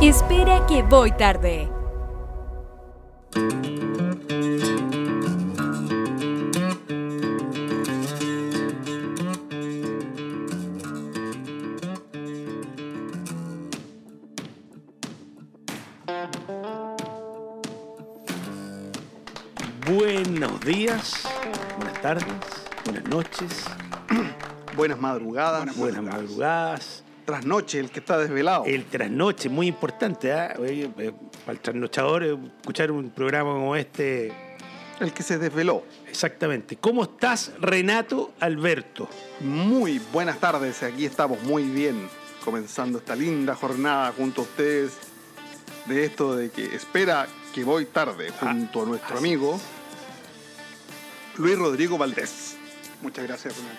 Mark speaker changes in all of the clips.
Speaker 1: Espera que voy tarde.
Speaker 2: Buenos días, buenas tardes, buenas noches,
Speaker 3: Buenas madrugadas.
Speaker 2: buenas madrugadas.
Speaker 3: Trasnoche, el que está desvelado.
Speaker 2: El trasnoche, muy importante, ¿ah? Oye, eh, Para el trasnochador, eh, escuchar un programa como este.
Speaker 3: El que se desveló.
Speaker 2: Exactamente. ¿Cómo estás, Renato Alberto?
Speaker 3: Muy buenas tardes, aquí estamos muy bien, comenzando esta linda jornada junto a ustedes de esto de que espera que voy tarde, junto a nuestro
Speaker 2: así
Speaker 3: amigo Luis Rodrigo Valdés. Muchas gracias, Renato.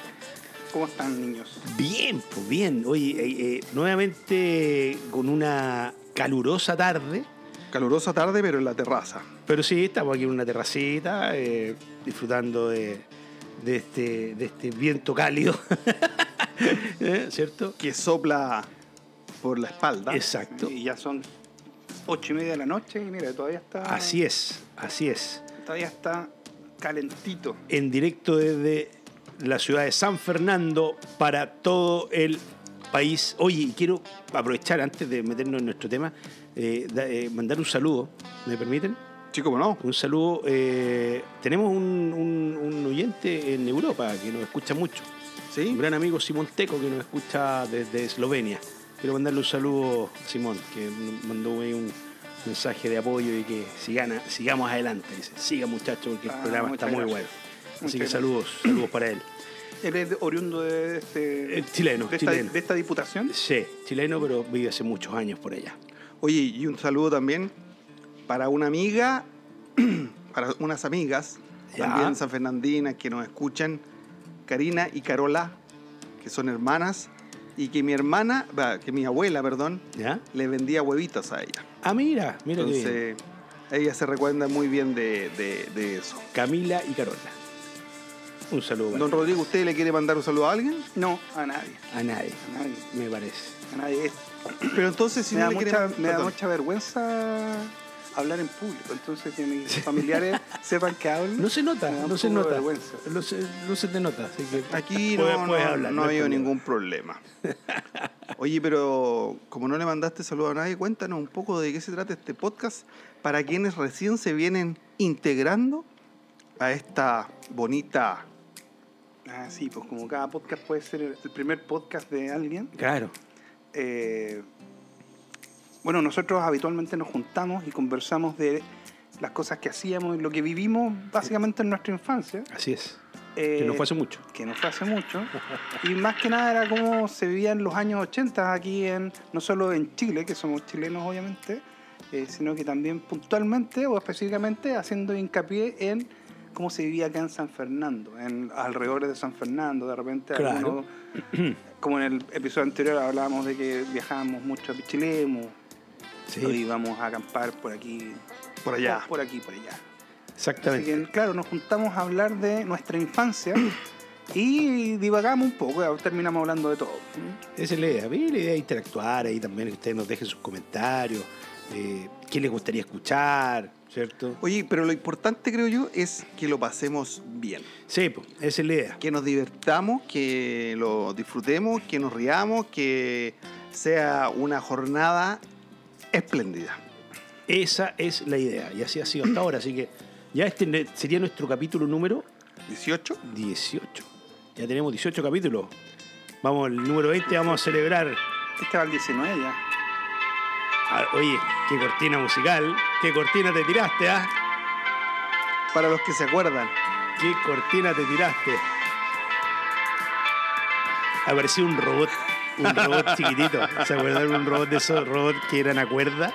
Speaker 3: ¿Cómo están, niños?
Speaker 2: Bien, pues bien. Oye, eh, eh, nuevamente con una calurosa tarde.
Speaker 3: Calurosa tarde, pero en la terraza.
Speaker 2: Pero sí, estamos aquí en una terracita, eh, disfrutando de, de este, de este viento cálido. ¿Eh? ¿Cierto?
Speaker 3: Que sopla por la espalda.
Speaker 2: Exacto.
Speaker 4: Y ya son ocho y media de la noche y mira, todavía está.
Speaker 2: Así es, así es.
Speaker 4: Todavía está calentito.
Speaker 2: En directo desde la ciudad de San Fernando para todo el país. Oye, y quiero aprovechar antes de meternos en nuestro tema, eh, da- eh, mandar un saludo, ¿me permiten?
Speaker 3: Chico, ¿cómo no?
Speaker 2: Un saludo. eh, tenemos un, un- un oyente en Europa que nos escucha mucho. Un
Speaker 3: ¿Sí?
Speaker 2: gran amigo Simón Teco que nos escucha desde Eslovenia. Quiero mandarle un saludo a Simón, que nos mandó ahí un mensaje de apoyo y que sigana- sigamos adelante. Dice, siga muchachos, porque el
Speaker 4: Ah,
Speaker 2: programa está
Speaker 4: muchas
Speaker 2: muy
Speaker 4: gracias.
Speaker 2: bueno. Así
Speaker 4: Muchas
Speaker 2: que
Speaker 4: gracias.
Speaker 2: saludos, saludos para él.
Speaker 4: Él es de- oriundo de este.
Speaker 2: Eh, chileno,
Speaker 4: de esta,
Speaker 2: chileno.
Speaker 4: de esta diputación.
Speaker 2: Sí, chileno, pero vive hace muchos años por allá.
Speaker 3: Oye, y un saludo también para una amiga, para unas amigas,
Speaker 2: Ya.
Speaker 3: también sanfernandinas que nos escuchan, Karina y Carola, que son hermanas, y que mi hermana, va, que mi abuela, perdón,
Speaker 2: ¿Ya?
Speaker 3: le vendía huevitas a ella.
Speaker 2: Ah, mira, mira que bien.
Speaker 3: Entonces, ella se recuerda muy bien de, de- de eso.
Speaker 2: Camila y Carola. Un saludo para
Speaker 3: Don Rodrigo, ¿usted le quiere mandar un saludo a alguien?
Speaker 4: No, a nadie.
Speaker 2: a nadie,
Speaker 4: A nadie.
Speaker 2: me parece.
Speaker 4: A nadie. Es-
Speaker 3: Pero entonces, si
Speaker 4: me,
Speaker 3: no
Speaker 4: da
Speaker 3: le quiere
Speaker 4: mucha,
Speaker 3: mandar-
Speaker 4: me da
Speaker 3: perdón.
Speaker 4: mucha vergüenza hablar en público. Entonces que mis familiares sepan que hablo.
Speaker 2: No se nota,
Speaker 4: me da un
Speaker 2: no se
Speaker 4: poco de
Speaker 2: nota.
Speaker 4: vergüenza.
Speaker 2: No se, no se te nota. Así que
Speaker 3: Aquí
Speaker 2: puedes-
Speaker 3: no,
Speaker 2: puedes
Speaker 3: no-
Speaker 2: hablar,
Speaker 3: no
Speaker 2: hay
Speaker 3: ha habido
Speaker 2: problema.
Speaker 3: ningún problema. Oye, pero como no le mandaste saludo a nadie, cuéntanos un poco de qué se trata este podcast para quienes recién se vienen integrando a esta bonita...
Speaker 4: Ah, sí, pues como cada podcast puede ser el el primer podcast de alguien.
Speaker 2: Claro.
Speaker 4: eh, bueno, nosotros habitualmente nos juntamos y conversamos de las cosas que hacíamos y lo que vivimos básicamente en nuestra infancia.
Speaker 2: Así es.
Speaker 4: eh,
Speaker 2: que no fue hace mucho.
Speaker 4: que no fue hace mucho. Y más que nada era cómo se vivía en los años 80 aquí, en, no solo en Chile, que somos chilenos obviamente, eh, sino que también puntualmente o específicamente haciendo hincapié en cómo se vivía acá en San Fernando, en alrededores de San Fernando, de repente
Speaker 2: Claro.
Speaker 4: algunos- como en el episodio anterior hablábamos de que viajábamos mucho a Pichilemu, hoy íbamos a acampar por aquí,
Speaker 3: Por allá.
Speaker 4: por aquí, por allá. Así
Speaker 2: Exactamente.
Speaker 4: que, claro, nos juntamos a hablar de nuestra infancia y divagamos un poco, ya terminamos hablando de todo.
Speaker 2: Esa es la idea. Y La idea es interactuar ahí también, que ustedes nos dejen sus comentarios, eh, qué les gustaría escuchar, ¿cierto?
Speaker 3: Oye, pero lo importante creo yo es que lo pasemos bien,
Speaker 2: Sí, pues, esa es la idea.
Speaker 3: que nos divertamos, que lo disfrutemos, que nos riamos, que sea una jornada espléndida.
Speaker 2: Esa es la idea. Y así ha sido hasta ahora. Así que ya este ne- sería nuestro capítulo número
Speaker 3: 18.
Speaker 2: 18. Ya tenemos 18 capítulos. Vamos, el número 20 vamos a celebrar.
Speaker 4: Este va al 19 ya.
Speaker 2: Ah, oye, qué cortina musical, qué cortina te tiraste, ¿ah?
Speaker 3: Para los que se acuerdan,
Speaker 2: ¿Qué cortina te tiraste? Apareció un robot, un robot chiquitito. ¿Se acuerdan de un robot de esos robots que eran a cuerda?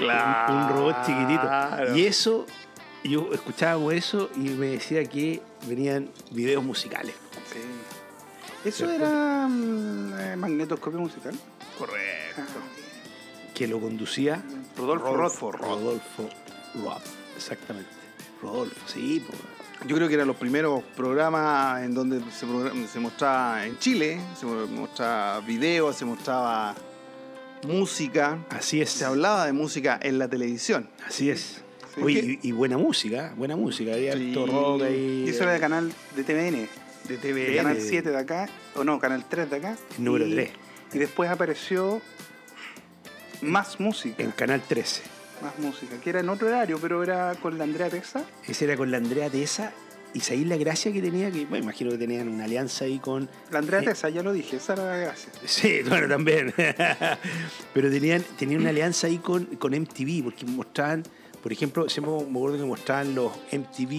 Speaker 2: Un, un robot chiquitito. Y eso, yo escuchaba eso y me decía que venían videos musicales.
Speaker 4: Sí. Eso era mm, eh, magnetoscopio musical.
Speaker 3: Correcto.
Speaker 2: Que lo conducía
Speaker 4: Rodolfo Rothford.
Speaker 2: Rodolfo Rob. Exactamente. Rodolfo, sí, po.
Speaker 3: Yo creo que eran los primeros programas en donde se, progra- se mostraba en Chile, se mostraba video, se mostraba música.
Speaker 2: Así es.
Speaker 3: Se hablaba de música en la televisión.
Speaker 2: Así es.
Speaker 3: Sí,
Speaker 2: Oye,
Speaker 3: que-
Speaker 2: y, y buena música, buena música. Había
Speaker 3: Sí.
Speaker 2: harto rock ahí.
Speaker 4: Y eso era de canal de TVN,
Speaker 3: De
Speaker 4: de
Speaker 3: TVN.
Speaker 4: canal 7 de acá, o no, canal 3 de acá.
Speaker 2: El número
Speaker 4: y-
Speaker 2: tres.
Speaker 4: Y después apareció más música,
Speaker 2: En Canal 13.
Speaker 4: más música, que era en otro horario, pero era con la Andrea Tesa.
Speaker 2: Ese era con la Andrea Tesa. Y ahí la gracia que tenía, que bueno, imagino que tenían una alianza ahí con
Speaker 4: La Andrea
Speaker 2: Eh.
Speaker 4: Tesa, ya lo dije, esa era la gracia.
Speaker 2: Sí, bueno, también. Pero tenían, tenían una alianza ahí con, con MTV, porque mostraban, por ejemplo, siempre me acuerdo que mostraban los MTV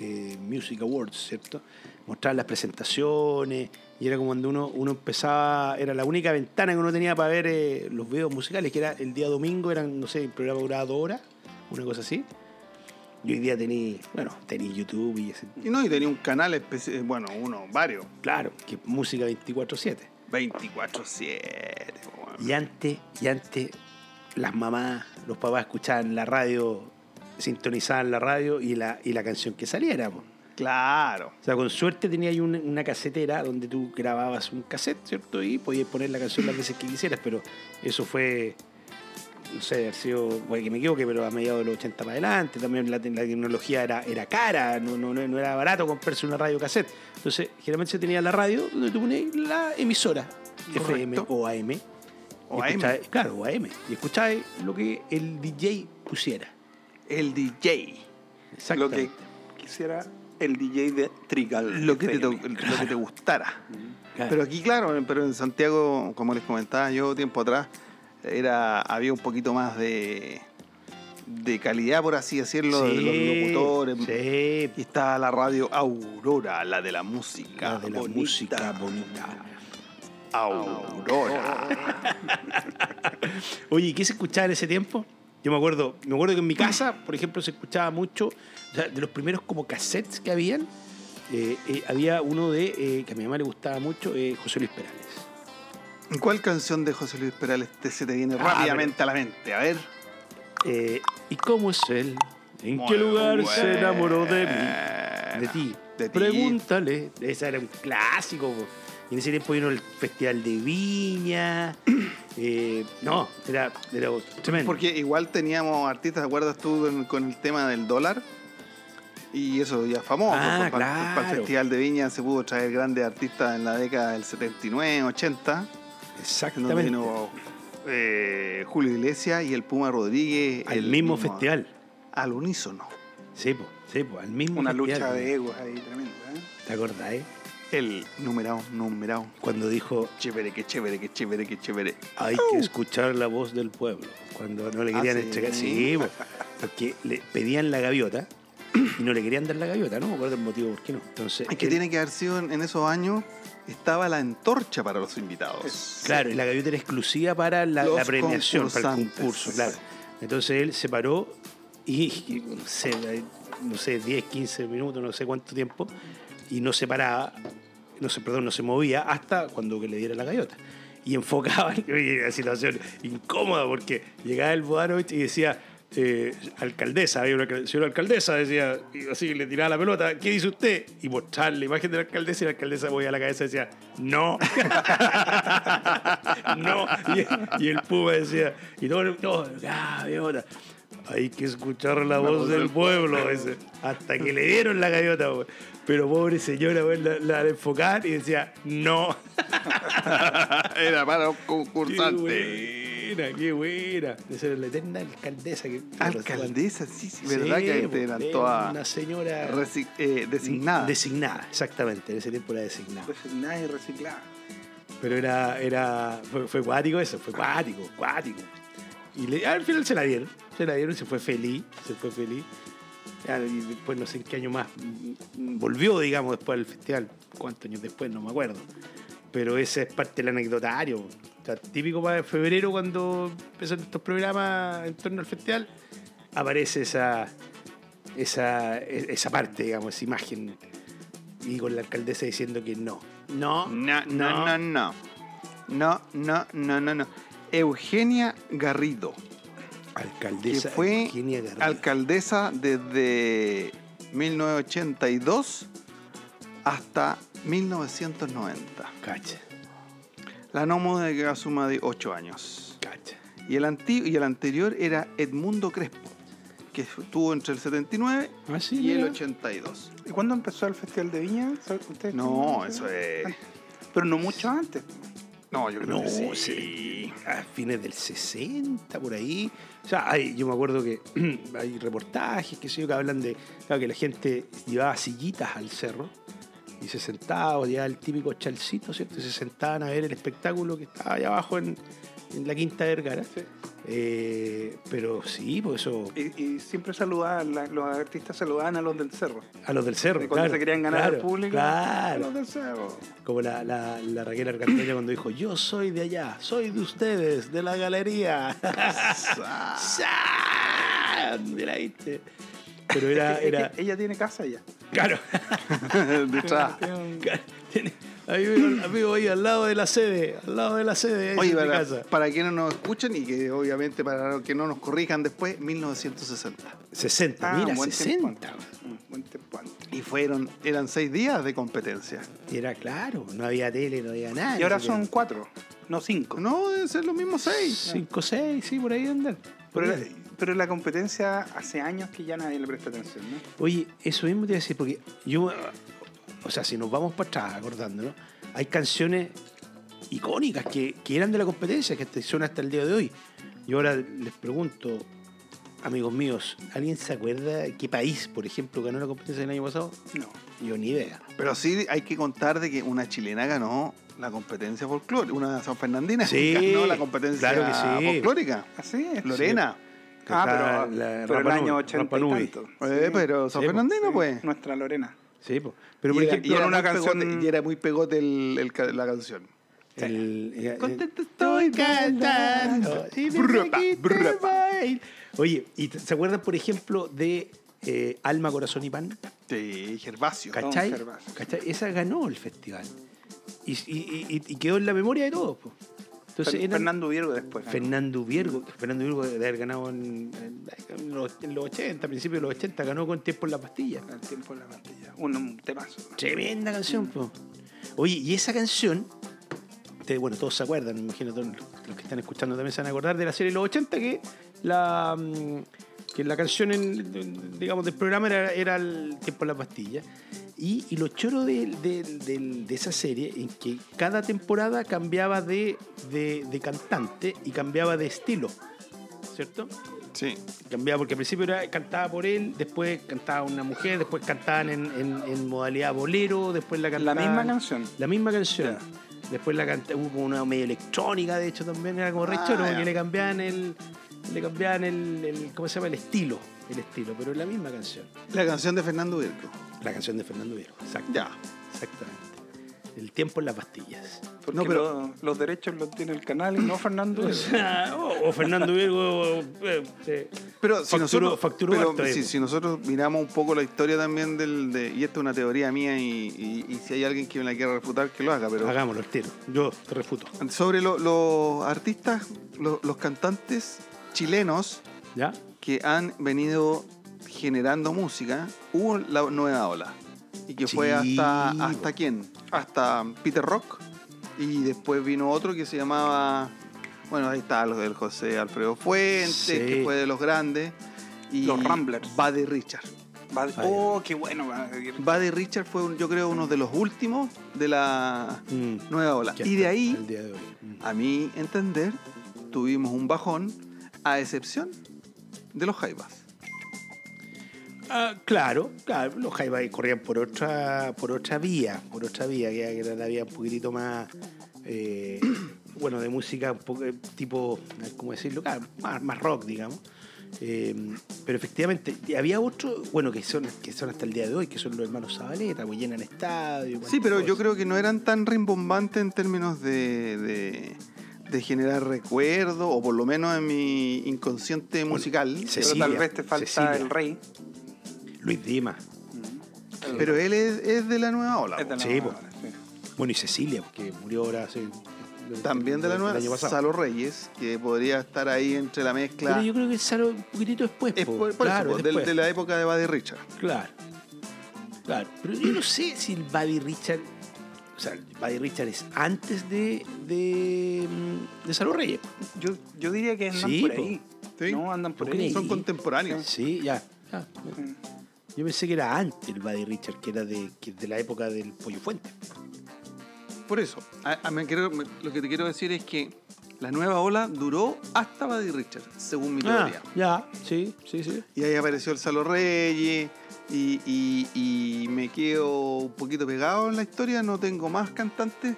Speaker 2: eh, Music Awards, ¿cierto? Mostraban las presentaciones, y era como cuando uno, uno empezaba, era la única ventana que uno tenía para ver eh, los videos musicales, que era el día domingo, eran, no sé, el programa duraba dos horas, una cosa así. Y hoy día tenía, bueno, tenía YouTube y ese-
Speaker 3: Y no, y tenía un canal especial, bueno, uno, varios.
Speaker 2: claro, que es música 24-7.
Speaker 3: 24-7. weón.
Speaker 2: Y antes, y antes, las mamás, los papás escuchaban la radio, sintonizaban la radio y la, y la canción que saliera. po.
Speaker 3: Claro.
Speaker 2: O sea, con suerte tenía ahí una, una casetera donde tú grababas un cassette, ¿cierto? Y podías poner la canción las veces que quisieras, pero eso fue, no sé, ha sido, bueno, que me equivoque, pero a mediados de los 80 para adelante, también la, te- la tecnología era, era cara, no, no, no- no era barato comprarse una radio cassette. Entonces, generalmente se tenía la radio donde tú ponías la emisora, FM
Speaker 3: Correcto.
Speaker 2: o AM.
Speaker 3: O
Speaker 2: Y
Speaker 3: AM.
Speaker 2: escucháis- Claro, o AM. Y escucháis lo que el DJ pusiera.
Speaker 3: El DJ.
Speaker 2: Exacto.
Speaker 4: Lo que quisiera el DJ de Trigal.
Speaker 3: Lo que, te,
Speaker 4: FM.
Speaker 3: to- lo que te gustara. Pero
Speaker 2: Pero
Speaker 3: aquí, claro, pero en Santiago, como les comentaba yo tiempo atrás, era, había un poquito más de, de calidad, por así decirlo, de los locutores.
Speaker 2: Sí,
Speaker 3: Y estaba la radio Aurora, la de la música.
Speaker 2: la de la
Speaker 3: bonita.
Speaker 2: música bonita.
Speaker 3: Aurora.
Speaker 2: Oye, ¿qué se escuchaba en ese tiempo? Yo me acuerdo, me acuerdo que en mi casa, por ejemplo, se escuchaba mucho, o sea, de los primeros como cassettes que habían, eh, eh, había uno de eh, que a mi mamá le gustaba mucho, eh, José Luis Perales.
Speaker 3: ¿Y ¿Cuál canción de José Luis Perales te, se te viene
Speaker 2: Ah,
Speaker 3: rápidamente a la mente? A ver.
Speaker 2: Eh, ¿Y cómo es él? ¿En
Speaker 3: Muy
Speaker 2: qué lugar se
Speaker 3: buena.
Speaker 2: enamoró de mí? De ti.
Speaker 3: De ti.
Speaker 2: Pregúntale. Ese era un clásico. po. Y en ese tiempo vino el Festival de Viña. Eh, no, era, era tremendo.
Speaker 3: Porque igual teníamos artistas, ¿te acuerdas tú con, con el tema del dólar? Y eso ya es famoso.
Speaker 2: Ah,
Speaker 3: pues, para,
Speaker 2: claro.
Speaker 3: para el Festival de Viña se pudo traer grandes artistas en la década del 79, 80. en Donde
Speaker 2: Exactamente.
Speaker 3: vino eh, Julio Iglesias y el Puma Rodríguez.
Speaker 2: al
Speaker 3: el ¿eh?
Speaker 2: mismo festival.
Speaker 3: Al unísono.
Speaker 2: Sí, po, sí, po, al mismo
Speaker 4: Una
Speaker 2: festival,
Speaker 4: lucha
Speaker 2: po.
Speaker 4: de egos ahí tremenda. ¿eh?
Speaker 2: ¿Te acordás, eh?
Speaker 3: El numerado, numerado.
Speaker 2: Cuando dijo,
Speaker 3: Chévere, que chévere, que chévere, que chévere.
Speaker 2: hay que escuchar la voz del pueblo. Cuando no le
Speaker 3: Ah,
Speaker 2: querían
Speaker 3: sí.
Speaker 2: entregar. Sí, po, porque le pedían la gaviota y no le querían dar la gaviota, ¿no? Me acuerdo el motivo por qué no. Entonces,
Speaker 3: Es que
Speaker 2: él-
Speaker 3: tiene que haber sido en, en esos años, estaba la antorcha para los invitados.
Speaker 2: Claro, y la gaviota era exclusiva para la,
Speaker 3: Los
Speaker 2: la premiación, para el
Speaker 3: concursantes.
Speaker 2: concurso, claro. Entonces él se paró y, y no sé, la- no sé, 10, 15 minutos, no sé cuánto tiempo, y no se paraba, no se, perdón, no se movía hasta cuando que le diera la gaviota. Y enfocaban, oye, la situación incómoda, porque llegaba el Bodanovich y decía, eh, alcaldesa, había una alcal- señora alcaldesa, decía, y así le tiraba la pelota, ¿qué dice usted? Y mostrar la imagen de la alcaldesa y la alcaldesa movía la cabeza y decía, no. no. Y, y el Puma decía, y todo, el- no, gaviota. Hay que escuchar la voz del pueblo, ese. hasta que le dieron la gaviota. güey. Pero pobre señora, güey, la, la de enfocar y decía, no.
Speaker 3: Era para los
Speaker 2: Qué
Speaker 3: concursantes.
Speaker 2: buena, qué buena. Esa era la eterna alcaldesa. Que,
Speaker 3: Alcaldesa, sí, sí, verdad que
Speaker 2: Sí,
Speaker 3: antes eran
Speaker 2: era
Speaker 3: todas
Speaker 2: Una señora
Speaker 3: resi- eh, designadas.
Speaker 2: Designada, exactamente. En ese tiempo era designada.
Speaker 4: Resignada y reciclada.
Speaker 2: Pero era, era fue, fue cuático eso, fue cuático, cuático. Y le- al final se la dieron, se la dieron, se fue feliz, se fue feliz. Ya, Y después no sé en qué año más mm, volvió, digamos, después del festival. ¿Cuántos años después? No me acuerdo. Pero ese es parte del anecdotario. O sea, típico para febrero cuando empiezan estos programas en torno al festival, aparece esa, esa, e- esa parte, digamos, esa imagen. Y con la alcaldesa diciendo que no. No,
Speaker 3: No, no, no, no. No, no, no, no, no. Eugenia Garrido, que
Speaker 2: Alcaldesa
Speaker 3: fue
Speaker 2: Eugenia Garrido.
Speaker 3: alcaldesa desde 1982 hasta 1990.
Speaker 2: Cacha.
Speaker 3: La Nomo de Kazuma de 8 años.
Speaker 2: Cacha.
Speaker 3: Y el, anti- y el anterior era Edmundo Crespo, que estuvo entre el 79
Speaker 2: Ah, sí,
Speaker 3: y el
Speaker 2: mira.
Speaker 3: 82.
Speaker 4: ¿Y cuándo empezó el Festival de Viña? ¿Sabe- ¿Ustedes
Speaker 3: No,
Speaker 4: tienen- Ah,
Speaker 3: eso es.
Speaker 4: Pero no mucho antes.
Speaker 3: No, yo creo
Speaker 2: No,
Speaker 3: que sí.
Speaker 2: sí, a fines del 60, por ahí. O sea, hay- yo me acuerdo que hay reportajes, que sé yo, que hablan de claro, que la gente llevaba sillitas al cerro y se sentaba, o llevaba el típico chalcito, ¿cierto? Y se sentaban a ver el espectáculo que estaba allá abajo en, en la Quinta Vergara. Eh, pero sí, pues eso,
Speaker 4: Y, y siempre saludaban, la- los artistas saludaban a los del cerro.
Speaker 2: a los del cerro.
Speaker 4: Y cuando
Speaker 2: claro,
Speaker 4: se querían ganar
Speaker 2: claro,
Speaker 4: al público, a
Speaker 2: Claro.
Speaker 4: los del cerro.
Speaker 2: Como la, la, la Raquel Argandoña cuando dijo, yo soy de allá, soy de ustedes, de la galería.
Speaker 4: Ah.
Speaker 2: ¡San! Mira, ¿viste? Pero
Speaker 4: Es
Speaker 2: era,
Speaker 4: que- es
Speaker 2: era,
Speaker 4: que ella tiene casa ya.
Speaker 2: claro,
Speaker 3: Detrás.
Speaker 4: Tiene un-
Speaker 2: claro, tiene- ahí vivo, vivo ahí al lado de la sede, al lado de la sede, ahí
Speaker 3: Oye,
Speaker 2: en mi
Speaker 3: para,
Speaker 2: casa.
Speaker 3: para quienes nos escuchan y que obviamente para que no nos corrijan después, 1960.
Speaker 2: 60,
Speaker 4: Ah,
Speaker 2: mira,
Speaker 4: un buen tiempo
Speaker 2: 60.
Speaker 4: antes. Un buen tiempo antes.
Speaker 3: Y fueron, eran seis días de competencia.
Speaker 2: Y era claro, no había tele, no había nada.
Speaker 4: Y ahora
Speaker 2: Así
Speaker 4: son
Speaker 2: que
Speaker 4: cuatro, no cinco.
Speaker 3: No, deben ser los mismos seis.
Speaker 2: cinco, seis, sí, por ahí andan.
Speaker 4: Pero,
Speaker 2: Mira.
Speaker 4: la, pero la competencia hace años que ya nadie le presta atención, ¿no?
Speaker 2: Oye, eso mismo te iba a decir, porque yo, o sea, si nos vamos para atrás acordándonos, hay canciones icónicas que, que eran de la competencia, que te- son hasta el día de hoy. Y ahora les pregunto, amigos míos, ¿alguien se acuerda qué país, por ejemplo, ganó la competencia del año pasado?
Speaker 4: No.
Speaker 2: Yo ni idea.
Speaker 3: Pero sí hay que contar de que una chilena ganó la competencia folclórica, una sanfernandina
Speaker 2: Sí,
Speaker 3: ganó la competencia
Speaker 2: claro que sí.
Speaker 3: folclórica.
Speaker 4: Así es.
Speaker 3: Lorena.
Speaker 4: Ah, pero,
Speaker 2: La- la
Speaker 4: pero el
Speaker 2: Rapa
Speaker 4: año
Speaker 2: Nui,
Speaker 4: 80 y
Speaker 2: Rapa Nui.
Speaker 4: tanto.
Speaker 3: Eh,
Speaker 4: Sí,
Speaker 3: pero
Speaker 2: Sí,
Speaker 3: sanfernandina,
Speaker 4: sí,
Speaker 3: pues.
Speaker 4: Nuestra Lorena.
Speaker 2: Sí, po. Pero,
Speaker 3: Y
Speaker 2: por
Speaker 3: era-
Speaker 2: ejemplo,
Speaker 3: y era
Speaker 4: con una
Speaker 3: muy
Speaker 4: canción-
Speaker 3: pegote- y era muy pegote el- el ca- la canción.
Speaker 2: el- eh, eh,
Speaker 3: Contento estoy cantando.
Speaker 2: y me
Speaker 3: Brupa,
Speaker 2: seguiste
Speaker 3: brupa.
Speaker 2: bail. Oye, ¿y te- se acuerdan, por ejemplo, de eh, Alma, Corazón y Pan?
Speaker 3: Sí, Gervasio.
Speaker 4: Cacha-
Speaker 2: ¿Cachai?
Speaker 4: Don Gervasio.
Speaker 2: ¿Cachai? Esa ganó el festival. Y, y- y- y quedó en la memoria de todos. po. Entonces,
Speaker 4: Fer-
Speaker 2: eran-
Speaker 4: Fernando Viergo después. ganó.
Speaker 2: Fernando Viergo. Fernando Viergo de haber ganado en, en- en los, en los 80, a principios de los 80, ganó con Tiempo en la Pastilla.
Speaker 4: El tiempo de la pantalla. Un, un temazo.
Speaker 2: Tremenda canción, po. Oye, y esa canción, ustedes, bueno, todos se acuerdan, me imagino todos los que están escuchando también se van a acordar de la serie Los 80, que la, mm, que la canción, en- en- digamos, del programa era, era El tiempo de la pastilla. Y, y lo choro de, de- de- de esa serie, en que cada temporada cambiaba de, de- de cantante y cambiaba de estilo, ¿cierto?
Speaker 3: Sí.
Speaker 2: cambiaba porque al principio era, cantaba por él, después cantaba una mujer, después cantaban en, en- en modalidad bolero, después la
Speaker 4: La
Speaker 2: cantaban.
Speaker 4: misma canción.
Speaker 2: La misma canción. Después la canta, hubo como una medio electrónica, de hecho, también era como re
Speaker 3: Ah,
Speaker 2: choro,
Speaker 3: ya.
Speaker 2: que le cambiaban el. Le cambiaban el, el- ¿Cómo se llama? El estilo. El estilo, pero es la misma canción.
Speaker 3: La canción de Fernando Virgo.
Speaker 2: La canción de Fernando Viejo. Exacto.
Speaker 3: Ya.
Speaker 2: Exactamente. El tiempo en las pastillas.
Speaker 4: Porque
Speaker 3: No, pero-
Speaker 4: lo- los derechos los tiene el canal y no Fernando
Speaker 2: O,
Speaker 4: Viergo.
Speaker 2: sea, o- o Fernando Viergo. o- eh, eh,
Speaker 3: Pero si
Speaker 2: Facturó-
Speaker 3: nosotros
Speaker 2: facturó
Speaker 3: pero
Speaker 2: harto ahí,
Speaker 3: si,
Speaker 2: po.
Speaker 3: si nosotros miramos un poco la historia también del de, y esto es una teoría mía y, y- y si hay alguien que me la quiera refutar que lo haga, pero
Speaker 2: Hagámoslo, el tiro. Yo te refuto.
Speaker 3: sobre lo- los artistas, lo- los cantantes chilenos
Speaker 2: ¿Ya?
Speaker 3: que han venido generando música, hubo la nueva ola. Y que fue
Speaker 2: Sí,
Speaker 3: hasta
Speaker 2: po.
Speaker 3: hasta quién? Hasta Peter Rock. Y después vino otro que se llamaba bueno, ahí está lo del José Alfredo Fuentes,
Speaker 2: Sí.
Speaker 3: que fue de los grandes. Y
Speaker 4: Los Ramblers.
Speaker 3: Buddy Richard.
Speaker 4: Va- Oh, qué bueno. va a ir.
Speaker 3: Buddy Richard fue, un- yo creo, uno de los últimos de la
Speaker 2: Mm.
Speaker 3: nueva ola.
Speaker 2: Que
Speaker 3: Y de
Speaker 2: hasta
Speaker 3: ahí,
Speaker 2: el día de hoy. Mm.
Speaker 3: a mi entender, tuvimos un bajón, a excepción de los Jaivas.
Speaker 2: Ah, claro, claro, los Jaivas corrían por otra, por otra vía, por otra vía, que era- que era la vía un poquitito más, eh, bueno, de música un poco, eh, tipo, a ver, ¿cómo decirlo? Claro, más, más rock, digamos. Eh, pero efectivamente, y había otro, bueno, que son, que son hasta el día de hoy, que son los hermanos Zabaleta, pues llenan estadio.
Speaker 3: Sí, pero yo creo que no eran tan rimbombantes en términos de, de- de generar recuerdo, o por lo menos en mi inconsciente musical.
Speaker 4: Pero
Speaker 2: Cecilia,
Speaker 4: tal vez te falta
Speaker 2: Cecilia.
Speaker 4: el rey.
Speaker 2: Luis Dima,
Speaker 4: El-
Speaker 3: Pero él es, es de la nueva ola.
Speaker 4: es de la
Speaker 2: Sí,
Speaker 4: nueva
Speaker 2: po.
Speaker 4: ola, sí.
Speaker 2: bueno, y Cecilia, que murió ahora hace...
Speaker 3: También de la
Speaker 2: el
Speaker 3: nueva,
Speaker 2: año pasado.
Speaker 3: Salo Reyes, que podría estar ahí entre la mezcla.
Speaker 2: Pero yo creo que Salo un poquitito después,
Speaker 3: Es
Speaker 2: po.
Speaker 3: por- por eso,
Speaker 2: Claro,
Speaker 3: po, del-
Speaker 2: después.
Speaker 3: de, la época de Buddy Richard.
Speaker 2: Claro. Claro. Pero yo no sé si el Buddy Richard. O O sea, Buddy Richard es antes de, de, mm, de Salvo Reyes.
Speaker 4: Yo, yo diría que andan
Speaker 2: Sí,
Speaker 4: por
Speaker 2: po.
Speaker 4: ahí.
Speaker 3: Sí.
Speaker 4: No, andan por
Speaker 2: ¿Tú
Speaker 4: ahí.
Speaker 2: crees?
Speaker 4: Son-
Speaker 3: Son contemporáneos.
Speaker 2: Sí, ya. Mm. ya. Ah, Yo pensé que era antes el Buddy Richard, que era de, que de la época del Pollo Fuente.
Speaker 3: Por eso, a- a- me quiero- me- lo que te quiero decir es que la nueva ola duró hasta Buddy Richard, según mi
Speaker 2: Ah.
Speaker 3: teoría.
Speaker 2: ya, sí, sí, sí.
Speaker 3: Y ahí apareció el Salo Reyes y, y- y me quedo un poquito pegado en la historia. No tengo más cantantes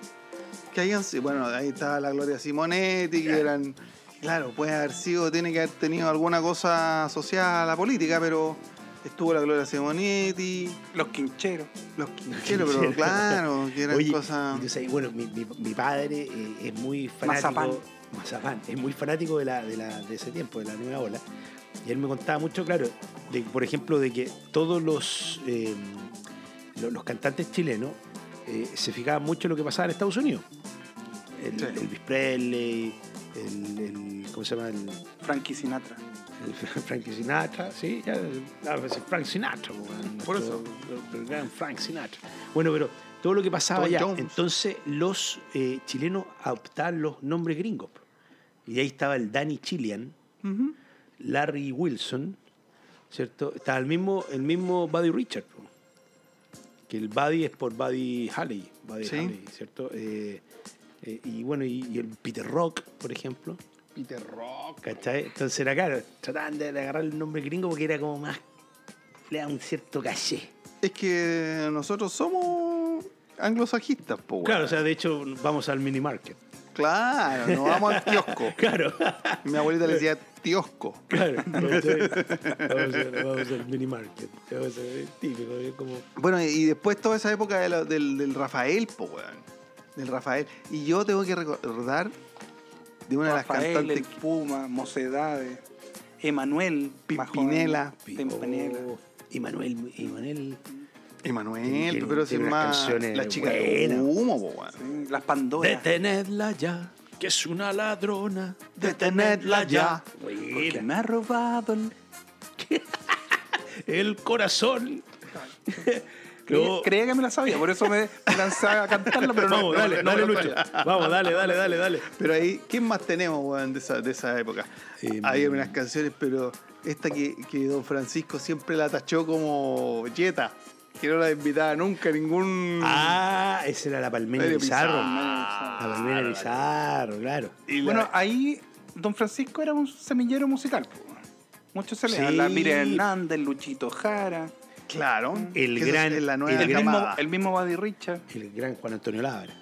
Speaker 3: que hayan sido. Bueno, ahí estaba la Gloria Simonetti, que eran. Claro, puede haber sido, tiene que haber tenido alguna cosa asociada a la política, pero estuvo la Gloria Simonetti,
Speaker 4: Los quincheros.
Speaker 3: los quincheros, pero claro, que eran
Speaker 2: Oye,
Speaker 3: cosas.
Speaker 2: y tú sabes, bueno, mi, mi- mi padre eh, es muy fanático.
Speaker 4: Mazapán.
Speaker 2: Mazapán, es muy fanático de, la, de, la, de ese tiempo, de la nueva ola. Y él me contaba mucho, claro, de, por ejemplo, de que todos los, eh, lo- los, cantantes chilenos eh, se fijaban mucho en lo que pasaba en Estados Unidos. El,
Speaker 3: Sí.
Speaker 2: Elvis Presley, el, el- ¿cómo se llama? El,
Speaker 4: Frankie Sinatra.
Speaker 2: el Frank Sinatra, sí, ya, a veces Frank Sinatra, po, weón.
Speaker 3: Por
Speaker 2: Nuestro- el gran Frank Sinatra. Bueno, pero todo lo que pasaba
Speaker 3: Tom
Speaker 2: allá,
Speaker 3: Jones.
Speaker 2: entonces los eh, chilenos adoptaban los nombres gringos. po. Y ahí estaba el Danny Chilean,
Speaker 3: Ujú.
Speaker 2: Larry Wilson, ¿cierto? Estaba el mismo, el mismo Buddy Richard, po. que el Buddy es por Buddy Haley, Buddy
Speaker 3: Sí.
Speaker 2: Holly, ¿cierto? Eh, eh, y bueno, y- y el Peter Rock, por ejemplo.
Speaker 3: Peter Rock.
Speaker 2: ¿Cachai? Entonces era claro, trataban de agarrar el nombre gringo porque era como más. le da un cierto caché.
Speaker 3: Es que nosotros somos anglosajistas, po. weón.
Speaker 2: Claro, o sea, de hecho, vamos al mini market.
Speaker 3: Claro, nos vamos al kiosco.
Speaker 2: Claro,
Speaker 3: Mi abuelita le decía tiosco.
Speaker 2: claro. ¿cachai? Vamos, al- vamos al mini market. Vamos a- típico, es como.
Speaker 3: Bueno, y- y después toda esa época de la- del, del Rafael, po, weón. Del Rafael. Y yo tengo que recordar de una de las
Speaker 4: Rafael, el
Speaker 3: cantantes
Speaker 4: Puma, Mocedades. Emanuel. más joven.
Speaker 3: Pimpinela.
Speaker 4: Pimpinela.
Speaker 2: Oh, Y Manuel, y Manuel.
Speaker 3: Emanuel,
Speaker 2: Tiene- tiene
Speaker 3: pero sin
Speaker 2: unas
Speaker 3: más.
Speaker 2: canciones
Speaker 3: La chica de
Speaker 2: buenas.
Speaker 3: humo, po, weón.
Speaker 4: Sí, Las Pandoras.
Speaker 2: Detenedla ya, que es una ladrona.
Speaker 3: Detenedla ya.
Speaker 4: Porque
Speaker 2: Buena.
Speaker 4: me ha robado el-
Speaker 2: El corazón.
Speaker 4: Creía, creía que me la sabía, por eso me me lanzaba a cantarla, pero no.
Speaker 2: Vamos,
Speaker 4: no,
Speaker 2: dale,
Speaker 4: no,
Speaker 2: dale,
Speaker 4: no, no,
Speaker 2: Lucho. Vamos, dale, dale, dale, dale.
Speaker 3: Pero ahí, ¿quién más tenemos, weón, de esa, de esa época?
Speaker 2: Eh,
Speaker 3: Había unas canciones, pero esta que, que don Francisco siempre la tachó como yeta. Que no la invitaba nunca a ningún.
Speaker 2: Ah, esa era la palmera
Speaker 3: Medio
Speaker 2: Pizarro.
Speaker 3: Pizarro.
Speaker 2: La palmera Pizarro, claro.
Speaker 3: Y la-
Speaker 4: Bueno, ahí Don Francisco era un semillero musical. po. Muchos se le
Speaker 2: Sí.
Speaker 4: la Miriam Hernández, Luchito Jara,
Speaker 3: claro.
Speaker 2: el
Speaker 3: que eso
Speaker 2: gran-
Speaker 3: es la nueva
Speaker 2: el
Speaker 4: el
Speaker 2: gran-
Speaker 4: mismo,
Speaker 3: camada.
Speaker 4: el mismo Buddy Richard.
Speaker 2: El gran Juan Antonio Labra.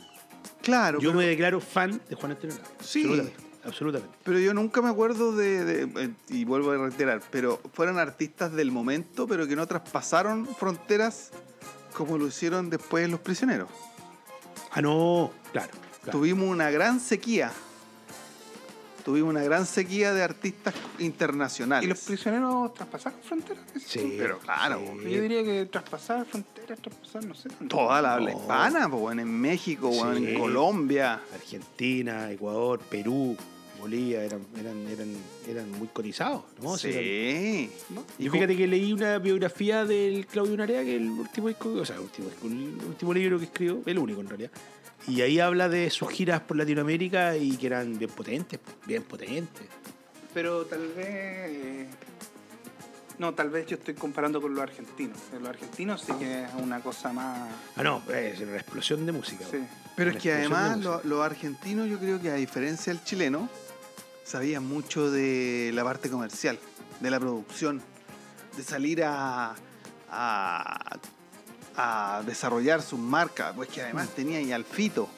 Speaker 3: Claro,
Speaker 2: Yo
Speaker 3: pero,
Speaker 2: me declaro fan de Juan Antonio Labra.
Speaker 3: Sí.
Speaker 2: Absolutamente. absolutamente.
Speaker 3: pero yo nunca me acuerdo de, de- eh, Y vuelvo a reiterar, pero fueron artistas del momento, pero que no traspasaron fronteras como lo hicieron después los prisioneros.
Speaker 2: Ah, no, claro. claro.
Speaker 3: Tuvimos una gran sequía. Tuvimos una gran sequía de artistas internacionales.
Speaker 4: ¿Y los prisioneros traspasaron fronteras?
Speaker 2: Sí,
Speaker 3: pero claro,
Speaker 4: Yo diría que traspasar fronteras, traspasar, no sé. tanto.
Speaker 3: Toda la habla
Speaker 2: No.
Speaker 3: hispana, pues, bueno, en México, bueno,
Speaker 2: Sí.
Speaker 3: en Colombia.
Speaker 2: Argentina, Ecuador, Perú, Bolivia, eran, eran, eran, eran muy corizados. ¿no?
Speaker 3: sí.
Speaker 2: Eran-
Speaker 3: ¿No?
Speaker 2: Y fíjate que leí una biografía del Claudio Narea, que es el último disco, o sea, el último, disco, el último libro que escribió, el único en realidad. Y ahí habla de sus giras por Latinoamérica y que eran bien potentes, bien potentes.
Speaker 4: Pero tal vez. eh, No, tal vez yo estoy comparando con los argentinos. Los argentinos sí que es una cosa más.
Speaker 2: Ah, no, es una explosión de música.
Speaker 4: Sí.
Speaker 3: Pero
Speaker 2: Una
Speaker 3: es que
Speaker 2: explosión
Speaker 3: además
Speaker 2: de
Speaker 3: lo- los
Speaker 2: música.
Speaker 3: argentinos, yo creo que a diferencia del chileno, sabían mucho de la parte comercial, de la producción, de salir a, a, a desarrollar sus marcas. Pues que
Speaker 2: Mm.
Speaker 3: además tenían y al Fito,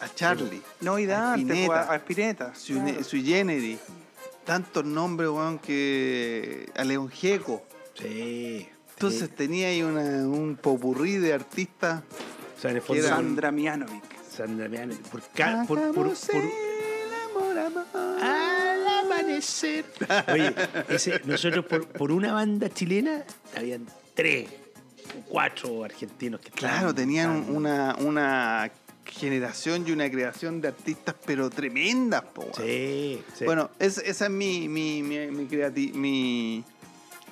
Speaker 3: a Charlie,
Speaker 4: No, y de antes, po,
Speaker 3: Spinetta.
Speaker 4: a a Spinetta.
Speaker 3: su
Speaker 4: claro.
Speaker 3: Sui Generis, tantos nombres, weón, que a León Gieco.
Speaker 2: Sí.
Speaker 3: Entonces tenía ahí una- un popurrí de artistas.
Speaker 2: o sea, en el fondo,
Speaker 3: era-
Speaker 4: Sandra Mianovic.
Speaker 2: Sandra Miano, por, ca- por, por, Ah,
Speaker 3: Hagamos
Speaker 2: por-
Speaker 3: el amor, amor.
Speaker 2: al amanecer. Oye, ese- nosotros por, por una banda chilena habían tres o cuatro argentinos que estaban-
Speaker 3: Claro, tenían un-
Speaker 2: estaban-
Speaker 3: una, una generación y una creación de artistas, pero tremendas, po, weón.
Speaker 2: Sí, sí.
Speaker 3: Bueno, es- esa es mi, mi, mi, mi creati- mi-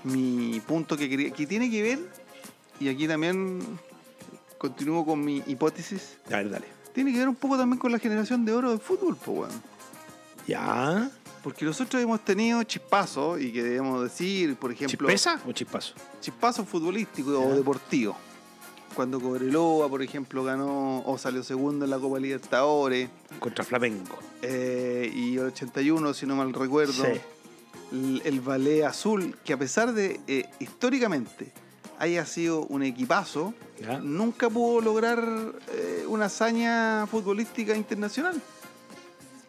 Speaker 3: mi punto que quería- que tiene que ver, y aquí también continúo con mi hipótesis,
Speaker 2: A ver, dale.
Speaker 3: tiene que ver un poco también con la generación de oro del fútbol, pues, weón.
Speaker 2: ¿Ya?
Speaker 3: Porque nosotros hemos tenido chispazos, y que debemos decir, por ejemplo,
Speaker 2: ¿Chispeza o chispazo?
Speaker 3: chispazos futbolísticos
Speaker 2: Ya.
Speaker 3: o deportivos. Cuando Cobreloa, por ejemplo, ganó o salió segundo en la Copa Libertadores,
Speaker 2: Contra Flamengo.
Speaker 3: eh, y el 81, si no mal recuerdo,
Speaker 2: Sí.
Speaker 3: el, el Ballet Azul, que a pesar de eh, históricamente haya sido un equipazo,
Speaker 2: ¿Ya?
Speaker 3: nunca pudo lograr eh, una hazaña futbolística internacional.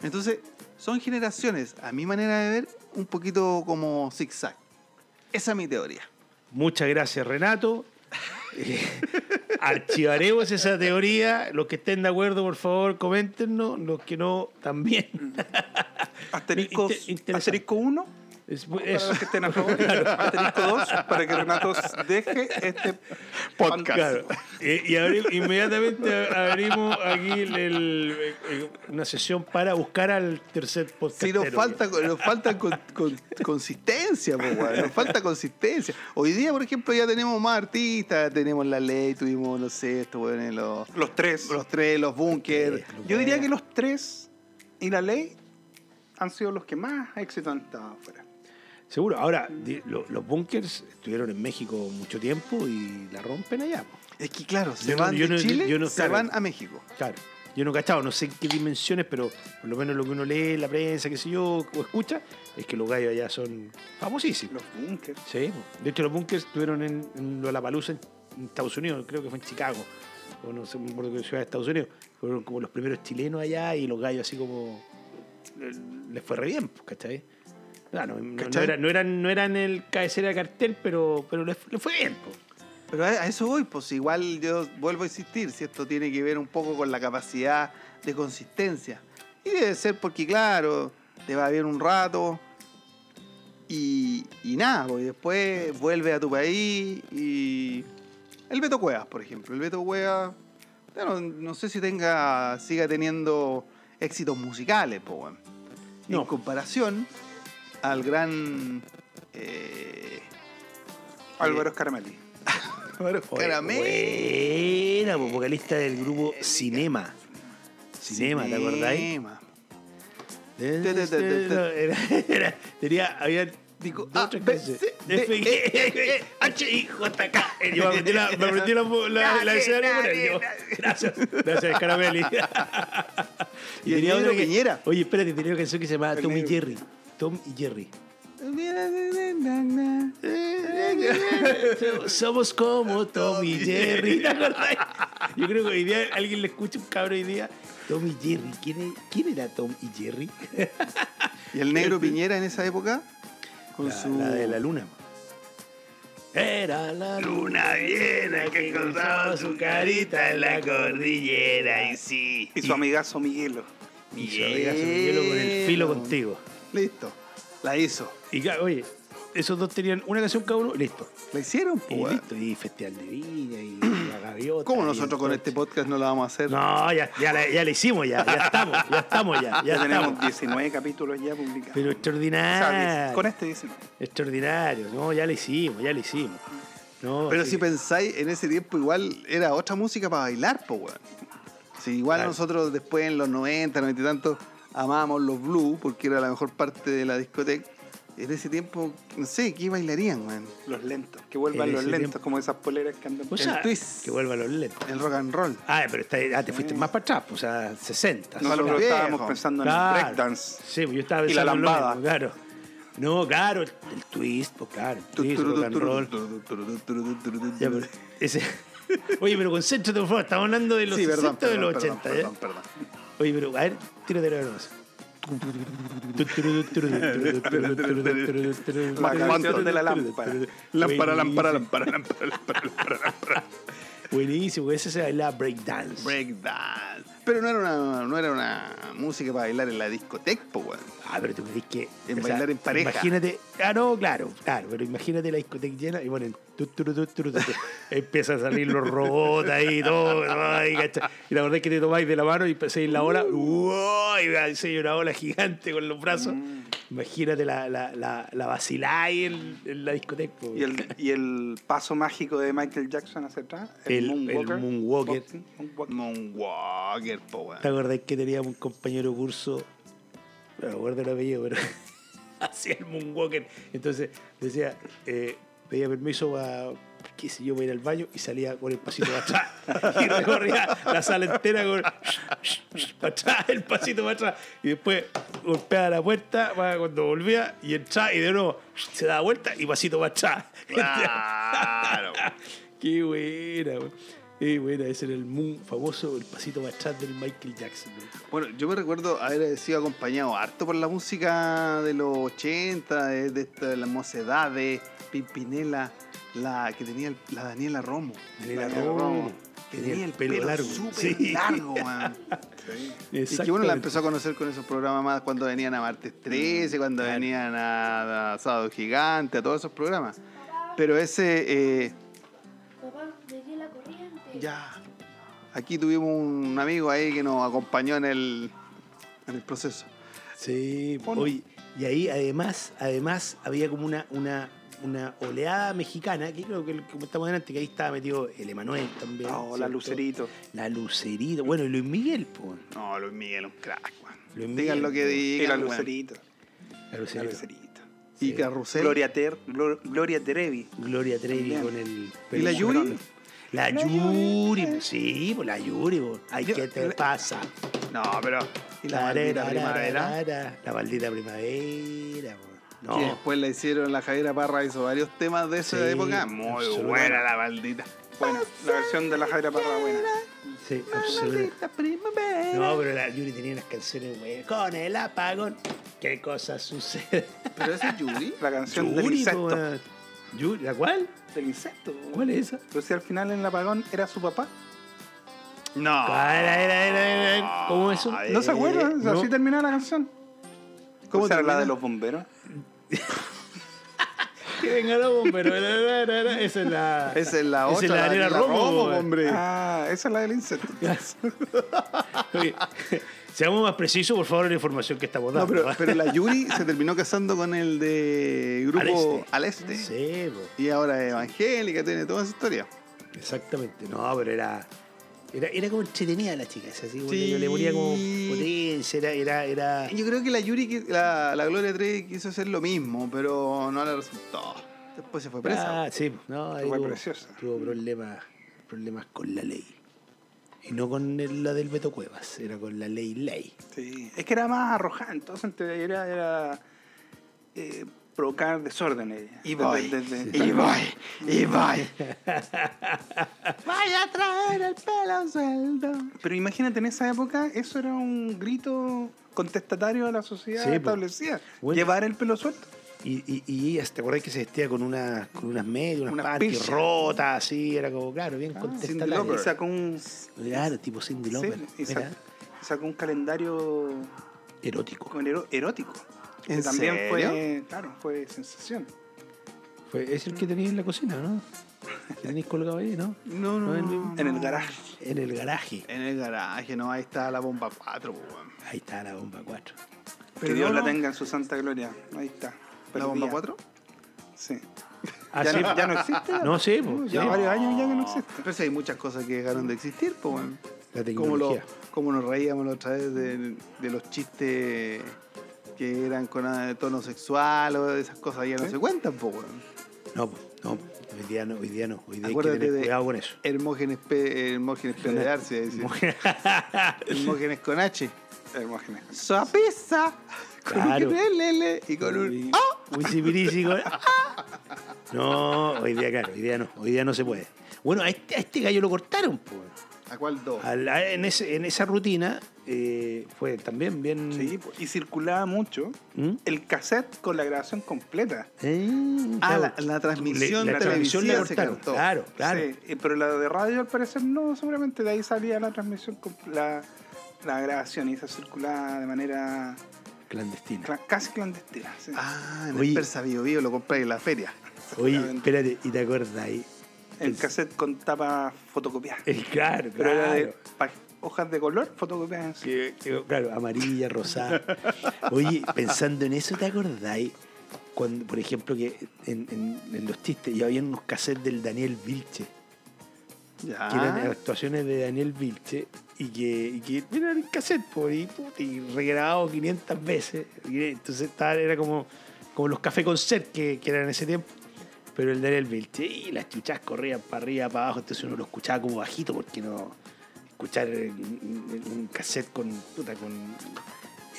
Speaker 3: Entonces, son generaciones, a mi manera de ver, un poquito como zigzag. Esa es mi teoría.
Speaker 2: Muchas gracias, Renato. Eh, Archivaremos esa teoría. Los que estén de acuerdo, por favor, coméntenos. Los que no, también.
Speaker 4: Asteriscos,
Speaker 2: Inter- interesante.
Speaker 4: asterisco 1
Speaker 2: Es-
Speaker 4: para los
Speaker 2: eso.
Speaker 4: que estén a favor, asterisco 2 para que Renato deje este podcast.
Speaker 2: Claro. Eh, y abri- inmediatamente a- abrimos aquí el- el- eh, una sesión para buscar al tercer podcast.
Speaker 3: Si nos falta, nos falta con- con- consistencia, po, weón, nos falta consistencia. Hoy día, por ejemplo, ya tenemos más artistas, tenemos la ley, tuvimos, no sé, esto, weón, en los,
Speaker 4: Los tres.
Speaker 3: los tres, los bunkers.
Speaker 4: Yo diría que los tres y la ley han sido los que más éxito han estado afuera.
Speaker 2: Seguro. Ahora, di- lo- los bunkers estuvieron en México mucho tiempo y la rompen allá. po.
Speaker 3: Es que claro, se
Speaker 2: Yo no-
Speaker 3: van
Speaker 2: yo
Speaker 3: de
Speaker 2: no-
Speaker 3: Chile,
Speaker 2: yo no-
Speaker 3: se
Speaker 2: claro.
Speaker 3: van a México.
Speaker 2: Claro. Yo no he cachado, no sé en qué dimensiones, pero por lo menos lo que uno lee, la prensa, qué sé yo, o escucha, es que los gallos allá son famosísimos.
Speaker 4: Los bunkers.
Speaker 2: Sí. De hecho, los bunkers estuvieron en, en Lollapalooza en Estados Unidos, creo que fue en Chicago, o no sé, me acuerdo qué ciudad de Estados Unidos. Fueron como los primeros chilenos allá y los gallos así como... eh, Les fue re bien, pues, ¿cachai? Claro, no, no,
Speaker 3: ¿Cachai?
Speaker 2: eran, no, eran, no eran el cabecera de cartel, pero, pero les, les fue bien, pues.
Speaker 3: Pero a a eso voy, pues igual yo vuelvo a insistir, si esto tiene que ver un poco con la capacidad de consistencia. Y debe ser porque, claro, te va bien un rato y, y nada, pues y después vuelve a tu país y... El Beto Cuevas, por ejemplo. El Beto Cuevas, claro, no sé si tenga, siga teniendo éxitos musicales, pues, weón.
Speaker 2: No.
Speaker 3: En comparación al gran... eh,
Speaker 4: Álvaro Escaramelli.
Speaker 2: Oye, Buena, pues, vocalista del grupo Cinema. Cinema, ¿te acordáis?
Speaker 3: Cinema. te, te,
Speaker 2: Era, era- tenía, había digo,
Speaker 3: A,
Speaker 2: dos, tres
Speaker 3: B,
Speaker 2: cosas.
Speaker 3: C, D,
Speaker 2: F, G, H, I, J, K. Yo me aprendí la, me aprendí la, la, la escena por él, yo. Gracias, gracias, Caramelli.
Speaker 3: Y el negro
Speaker 2: otra que-
Speaker 3: Piñera.
Speaker 2: Oye, espérate, tenía una canción que se llamaba
Speaker 4: El
Speaker 2: Tom y
Speaker 4: negro.
Speaker 2: Jerry. Tom y Jerry.
Speaker 3: Eh,
Speaker 2: Somos como Tom y Jerry. ¿Te acordás? Yo creo que hoy día alguien le escucha un cabrón hoy día. Tom y Jerry. ¿Quién, es- quién era Tom y Jerry?
Speaker 3: Y el negro Piñera en esa época, con
Speaker 2: la,
Speaker 3: su.
Speaker 2: la de la luna. Era la luna llena que encontraba su carita en la cordillera y sí.
Speaker 4: Y su amigazo Miguelo.
Speaker 2: Y su amiga se hielo con el filo contigo.
Speaker 3: Listo. La hizo.
Speaker 2: Y ca- oye, esos dos tenían una canción cada uno, listo.
Speaker 3: La hicieron,
Speaker 2: Y
Speaker 3: po, weón.
Speaker 2: listo, y Festival de Viña, y la gaviota.
Speaker 3: ¿Cómo
Speaker 2: y
Speaker 3: nosotros con
Speaker 2: entonces-
Speaker 3: este podcast no la vamos a hacer?
Speaker 2: No, ya, ya, la, ya la hicimos, ya, ya estamos, ya estamos, ya, ya
Speaker 4: Ya tenemos
Speaker 2: estamos.
Speaker 4: 19 capítulos ya publicados.
Speaker 2: Pero
Speaker 4: O sea,
Speaker 2: extraordinario.
Speaker 4: con este 19.
Speaker 2: Extraordinario, no, ya la hicimos, ya la hicimos. No,
Speaker 3: Pero
Speaker 2: sí
Speaker 3: si
Speaker 2: que-
Speaker 3: pensáis, en ese tiempo igual era otra música para bailar, po, weón. Si igual
Speaker 2: Claro.
Speaker 3: nosotros después en los 90, 90 y tanto, amábamos los blues porque era la mejor parte de la discoteca. En ese tiempo, no sé, ¿qué bailarían, weón?
Speaker 4: Los lentos. Que vuelvan
Speaker 2: En
Speaker 4: los
Speaker 2: ese
Speaker 4: lentos,
Speaker 2: tiempo.
Speaker 4: como esas poleras que andan.
Speaker 2: o
Speaker 4: por-
Speaker 2: sea,
Speaker 3: el twist.
Speaker 2: que vuelva los lentes.
Speaker 3: El rock and roll.
Speaker 2: Ah, pero está, ah, te fuiste más para atrás, pues, o sea, 60.
Speaker 4: Nosotros
Speaker 3: viejo.
Speaker 4: estábamos pensando en
Speaker 2: Claro.
Speaker 4: el breakdance.
Speaker 2: Sí, pues yo estaba
Speaker 4: Y la
Speaker 2: pensando en lo
Speaker 4: lambada.
Speaker 2: mismo, claro. No, claro, el, el twist, pues claro, el twist, rock and roll. Ya, pero ese- Oye, pero concéntrate, por favor, estamos hablando de los
Speaker 3: Sí,
Speaker 2: 60
Speaker 3: perdón,
Speaker 2: o de
Speaker 3: perdón,
Speaker 2: los
Speaker 3: perdón,
Speaker 2: 80, ¿eh?
Speaker 3: perdón, perdón.
Speaker 2: Oye, pero a ver, tírate la broma.
Speaker 4: La canción de la lámpara.
Speaker 2: Lámpara,
Speaker 3: Lámpara, lámpara, lámpara, lámpara.
Speaker 2: Buenísimo, ese se baila breakdance.
Speaker 3: Breakdance. Pero no era una, no era una música para bailar en la discoteca, po, weón.
Speaker 2: Ah, pero tú me dices que.
Speaker 3: En bailar en pareja.
Speaker 2: Imagínate. Ah, no, claro, claro. Pero imagínate la discoteca llena y ponen. tu, tu, tu, tu, tu, tu, tu. Empiezan a salir los
Speaker 3: Uh.
Speaker 2: robots ahí y todo. ¿no? Ahí, ¿cachai? y la verdad es que te tomáis de la mano y pasáis la hora. ¡Wow! y va- se dio una ola gigante con los brazos.
Speaker 3: Mm.
Speaker 2: Imagínate la, la, la, la vacilada ahí en, en la discoteca. po.
Speaker 4: Y el, y el paso mágico de Michael Jackson hacia atrás.
Speaker 2: El- el moonwalker.
Speaker 4: Boxing, moonwalker.
Speaker 3: Moonwalker, po,
Speaker 2: ¿Te
Speaker 3: weón.
Speaker 2: acordás que teníamos un compañero curso? No me acuerdo el apellido, pero hacía el moonwalker. Entonces decía, eh, pedía permiso para, qué sé yo, para ir al baño y salía con el pasito para atrás. Y recorría la sala entera con para atrás, el pasito para atrás. Y después golpeaba la puerta para cuando volvía y entraba y de nuevo se daba vuelta y pasito para atrás.
Speaker 3: Claro.
Speaker 2: Qué buena, weón. Qué buena, ese era el moon famoso, el pasito para atrás del Michael Jackson. weón.
Speaker 3: Bueno, yo me recuerdo haber sido acompañado harto por la música de los 80, de, de esta- de las mocedades, Pimpinela, la que tenía el- la Daniela Romo.
Speaker 2: Daniela
Speaker 3: La
Speaker 2: Romo.
Speaker 3: Que tenía el pelo, largo. Súper
Speaker 2: Sí.
Speaker 3: largo, man. Y que uno la empezó a conocer con esos programas más cuando venían a Martes 13, cuando
Speaker 2: Claro.
Speaker 3: venían a, a Sábado Gigante, a todos esos programas. Pero ese... eh,
Speaker 5: Papá, dejé la corriente.
Speaker 3: Ya. Aquí tuvimos un amigo ahí que nos acompañó en el, en el proceso.
Speaker 2: Sí,
Speaker 4: Pon-
Speaker 2: oye, y ahí además, además había como una, una, una oleada mexicana, que creo que lo que comentamos delante, que ahí estaba metido el Emanuel también.
Speaker 4: Oh, la
Speaker 2: ¿cierto?
Speaker 4: lucerito.
Speaker 2: La Lucerito. Bueno, y Luis Miguel, po.
Speaker 3: No, Luis Miguel, un crack, weón.
Speaker 2: Luis
Speaker 3: Digan
Speaker 2: Miguel,
Speaker 3: lo que
Speaker 2: weón.
Speaker 4: Y
Speaker 3: digan.
Speaker 4: la
Speaker 3: weón.
Speaker 4: lucerito.
Speaker 2: La
Speaker 4: La
Speaker 2: Lucerito.
Speaker 4: lucerito.
Speaker 3: Y
Speaker 2: Sí.
Speaker 3: Carrusel.
Speaker 4: Gloria, Ter, Glor- Gloria Trevi.
Speaker 2: Gloria Trevi
Speaker 4: También.
Speaker 2: con el...
Speaker 3: ¿Y la
Speaker 2: pelo
Speaker 3: Yuri?
Speaker 2: La
Speaker 4: La
Speaker 2: Yuri, po. sí, pues la Yuri, po. Ay,
Speaker 3: Yo-
Speaker 2: ¿qué te
Speaker 3: la-
Speaker 2: pasa?
Speaker 3: No, pero. Y la maldita primavera.
Speaker 2: La maldita primavera, po. No.
Speaker 3: Que después la hicieron la Javiera Parra, hizo varios temas de esa
Speaker 2: Sí,
Speaker 3: época. Muy
Speaker 2: absolutamente.
Speaker 3: buena la maldita.
Speaker 4: Bueno, la versión de la Jaira Parra buena.
Speaker 2: Sí, absolutamente.
Speaker 3: primavera.
Speaker 2: No, pero la Yuri tenía unas canciones, güey. Con el apagón, ¿qué cosa sucede?
Speaker 3: Pero ese es Yuri.
Speaker 4: La canción del
Speaker 2: Yuri,
Speaker 4: insecto.
Speaker 2: po, weón. Yuri, ¿La cual?
Speaker 4: Del insecto. pues,
Speaker 2: ¿Cuál es esa?
Speaker 4: Pero si al final en el apagón era su papá.
Speaker 3: No.
Speaker 2: Ah, era, era, era, era. ¿Cómo eso?
Speaker 3: Ay,
Speaker 4: No se acuerdan,
Speaker 2: Eh, no.
Speaker 4: así terminaba la canción.
Speaker 3: ¿Cómo
Speaker 4: ¿Cómo era la
Speaker 3: termina?
Speaker 4: de los bomberos?
Speaker 2: Que venga los bomberos. Era, era, era, era. Esa es la.
Speaker 3: Esa es la otra.
Speaker 2: Esa es la Daniela Romo, weón.
Speaker 3: hombre.
Speaker 4: Ah, esa es la del insecto.
Speaker 2: Oye, Seamos más precisos, por favor, en la información que estamos
Speaker 3: No,
Speaker 2: dando.
Speaker 3: pero,
Speaker 2: ¿ah?
Speaker 3: pero la Yuri se terminó casando con el de grupo Al Este.
Speaker 2: Sí, po.
Speaker 3: Y ahora es evangélica, tiene toda esa historia.
Speaker 2: Exactamente. No, pero era. Era, era como entretenida la chica, esa, así, como
Speaker 3: Sí.
Speaker 2: le, le ponía como potencia, era, era, era.
Speaker 3: Yo creo que la Yuri, que- la, la Gloria Trevi quiso hacer lo mismo, pero no le resultó. Después se fue presa.
Speaker 2: Ah, sí, no, ahí
Speaker 4: Fue
Speaker 2: tuvo,
Speaker 4: preciosa.
Speaker 2: tuvo problemas, problemas con la ley. Y no con el- la del Beto Cuevas, era con la ley ley.
Speaker 4: Sí. Es que era más arrojada, entonces te- era, era eh, provocar desorden ella.
Speaker 3: y voy,
Speaker 4: De- de- de-
Speaker 3: y voy, y
Speaker 4: Mm.
Speaker 3: voy. Vaya a traer el pelo sueldo.
Speaker 4: Pero imagínate, en esa época eso era un grito contestatario de la sociedad
Speaker 2: Sí, po.
Speaker 4: establecida.
Speaker 2: Bueno.
Speaker 4: Llevar el pelo suelto.
Speaker 2: Y, y, y ella, ¿te acordás que se vestía con, unas con unas medias, unas,
Speaker 4: Unas
Speaker 2: panties
Speaker 4: pilchas.
Speaker 2: rotas, así? Era como, claro, bien
Speaker 3: Cindy
Speaker 2: contestataria.
Speaker 4: Ah, Y
Speaker 3: Lauper.
Speaker 4: sacó un,
Speaker 2: Claro, tipo Cindy
Speaker 4: sí,
Speaker 2: Lauper.
Speaker 4: y
Speaker 2: era
Speaker 4: sacó- y sacó un calendario
Speaker 2: erótico.
Speaker 4: con ero- erótico. que
Speaker 3: ¿En
Speaker 4: también fue,
Speaker 3: serio?
Speaker 4: claro, fue sensación.
Speaker 2: Fue- es el que tenéis en la cocina, ¿no? Que tenéis colgado ahí, ¿no?
Speaker 3: No,
Speaker 2: No,
Speaker 3: no,
Speaker 2: el
Speaker 3: no,
Speaker 2: mismo.
Speaker 4: En el
Speaker 3: no.
Speaker 4: garaje.
Speaker 2: En el garaje.
Speaker 3: En el garaje, no, ahí está la bomba 4, pues, weón.
Speaker 2: Ahí está la bomba 4.
Speaker 4: que Dios
Speaker 3: no,
Speaker 4: la
Speaker 3: no.
Speaker 4: tenga en su santa gloria. Ahí está.
Speaker 3: ¿La bomba
Speaker 4: Perdida.
Speaker 3: 4?
Speaker 4: Sí.
Speaker 2: Ah,
Speaker 4: ya,
Speaker 2: sí,
Speaker 4: no, ya no existe.
Speaker 2: No, sí, po,
Speaker 4: Ya
Speaker 2: sí.
Speaker 4: varios años ya que no existe.
Speaker 3: Pero si hay muchas cosas que dejaron de existir, pues, weón.
Speaker 2: la
Speaker 3: como, lo-
Speaker 2: tecnología.
Speaker 3: como nos reíamos la otra vez de, de los chistes que eran con ah, tono sexual o de esas cosas, ya no
Speaker 4: ¿Sí?
Speaker 3: se cuentan, po, weón.
Speaker 2: No, po, no, po. hoy día no, hoy día no. Hoy día hay que
Speaker 3: Acuérdate
Speaker 2: tener
Speaker 3: de-
Speaker 2: cuidado con eso.
Speaker 3: Hermógenes, Pe- Hermógenes Pelearse, decir. Hermógenes con H.
Speaker 4: Hermógenes.
Speaker 3: Suapiza, con
Speaker 2: Claro.
Speaker 3: un lele y con un... ¡ah!
Speaker 2: Uy, uy, sibirici, con- ¿eh? No, hoy día, claro, hoy día no, hoy día no se puede. Bueno, a este, a este gallo lo cortaron, po.
Speaker 3: ¿A cuál dos?
Speaker 2: Al- a- en, ese- en esa rutina eh, fue también bien.
Speaker 4: Sí, po. y circulaba mucho
Speaker 2: ¿Mm?
Speaker 4: el cassette con la grabación completa.
Speaker 2: Eh,
Speaker 3: Ah,
Speaker 2: claro.
Speaker 3: la, la transmisión
Speaker 2: Le- la transmisión la
Speaker 3: televisiva se
Speaker 2: cortaron.
Speaker 3: cortó.
Speaker 2: Claro, claro.
Speaker 4: Sí, y- pero la de radio al parecer no, seguramente de ahí salía la transmisión, com- la, la grabación y esa circulaba de manera
Speaker 2: Clandestina.
Speaker 4: cla- casi clandestina. sí.
Speaker 3: Ah, en
Speaker 2: Oye.
Speaker 3: el Persa Bio Bio lo compré en la feria.
Speaker 2: Oye, espérate, ¿y te acuerdas ahí?
Speaker 4: el
Speaker 2: es-
Speaker 4: cassette con tapa fotocopiada.
Speaker 2: Eh, claro,
Speaker 4: Pero
Speaker 2: claro.
Speaker 4: era de pa- hojas de color, fotocopiadas en sí.
Speaker 2: Que- que- claro, amarilla, rosada. Oye, pensando en eso, ¿te acordáis? Cuando, por ejemplo, que en, en- en los chistes ya había unos cassettes del Daniel Vilche,
Speaker 3: Ya.
Speaker 2: que eran actuaciones de Daniel Vilche, y que, y que eran cassettes, por y, put, y regrabado 500 veces. Y entonces tal, era como, como los café concert que, que eran en ese tiempo. Pero el Daniel Vilche, y las chuchas corrían para arriba, para abajo, entonces uno lo escuchaba como bajito, porque no escuchar eh, un, un cassette con, puta, con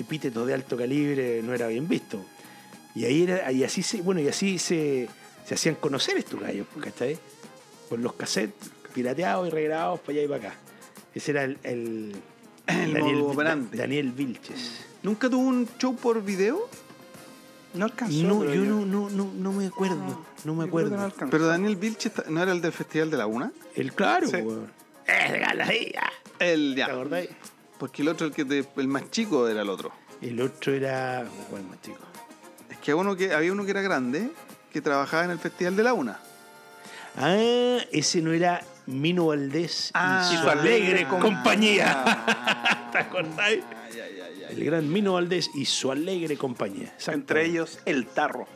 Speaker 2: epítetos de alto calibre no era bien visto. Y ahí era, y así se, bueno, y así se, se hacían conocer estos gallos, pues, ¿cachai? Con los cassettes pirateados y regrabados para allá y para acá. Ese era el, el,
Speaker 3: El modo operante.
Speaker 2: Daniel Vilches.
Speaker 3: ¿Nunca tuvo un show por video?
Speaker 4: No alcanzó.
Speaker 2: No,
Speaker 4: pero
Speaker 2: yo no, no, no, no me acuerdo, no, me
Speaker 4: Ah, yo creo que no
Speaker 2: acuerdo.
Speaker 4: alcanzó.
Speaker 3: Pero Daniel Vilche está- no era el del Festival de la Una.
Speaker 2: El claro,
Speaker 4: Sí.
Speaker 2: weón. Es de Galaía.
Speaker 3: El
Speaker 2: ¿Te
Speaker 3: ya.
Speaker 2: acordáis?
Speaker 3: Porque el otro, el que te- el más chico era el otro.
Speaker 2: El otro era. ¿Cuál más chico?
Speaker 3: Es que, uno que había uno que era grande, que trabajaba en el Festival de la Una.
Speaker 2: Ah, ese no era Mino Valdés y su
Speaker 3: Ah,
Speaker 2: alegre compañía.
Speaker 3: Ah,
Speaker 2: ¿Te acordáis?
Speaker 3: ay, ay, ay, ay.
Speaker 2: El gran Mino Valdés y su alegre compañía.
Speaker 4: Entre
Speaker 2: Exactamente.
Speaker 4: ellos, el tarro.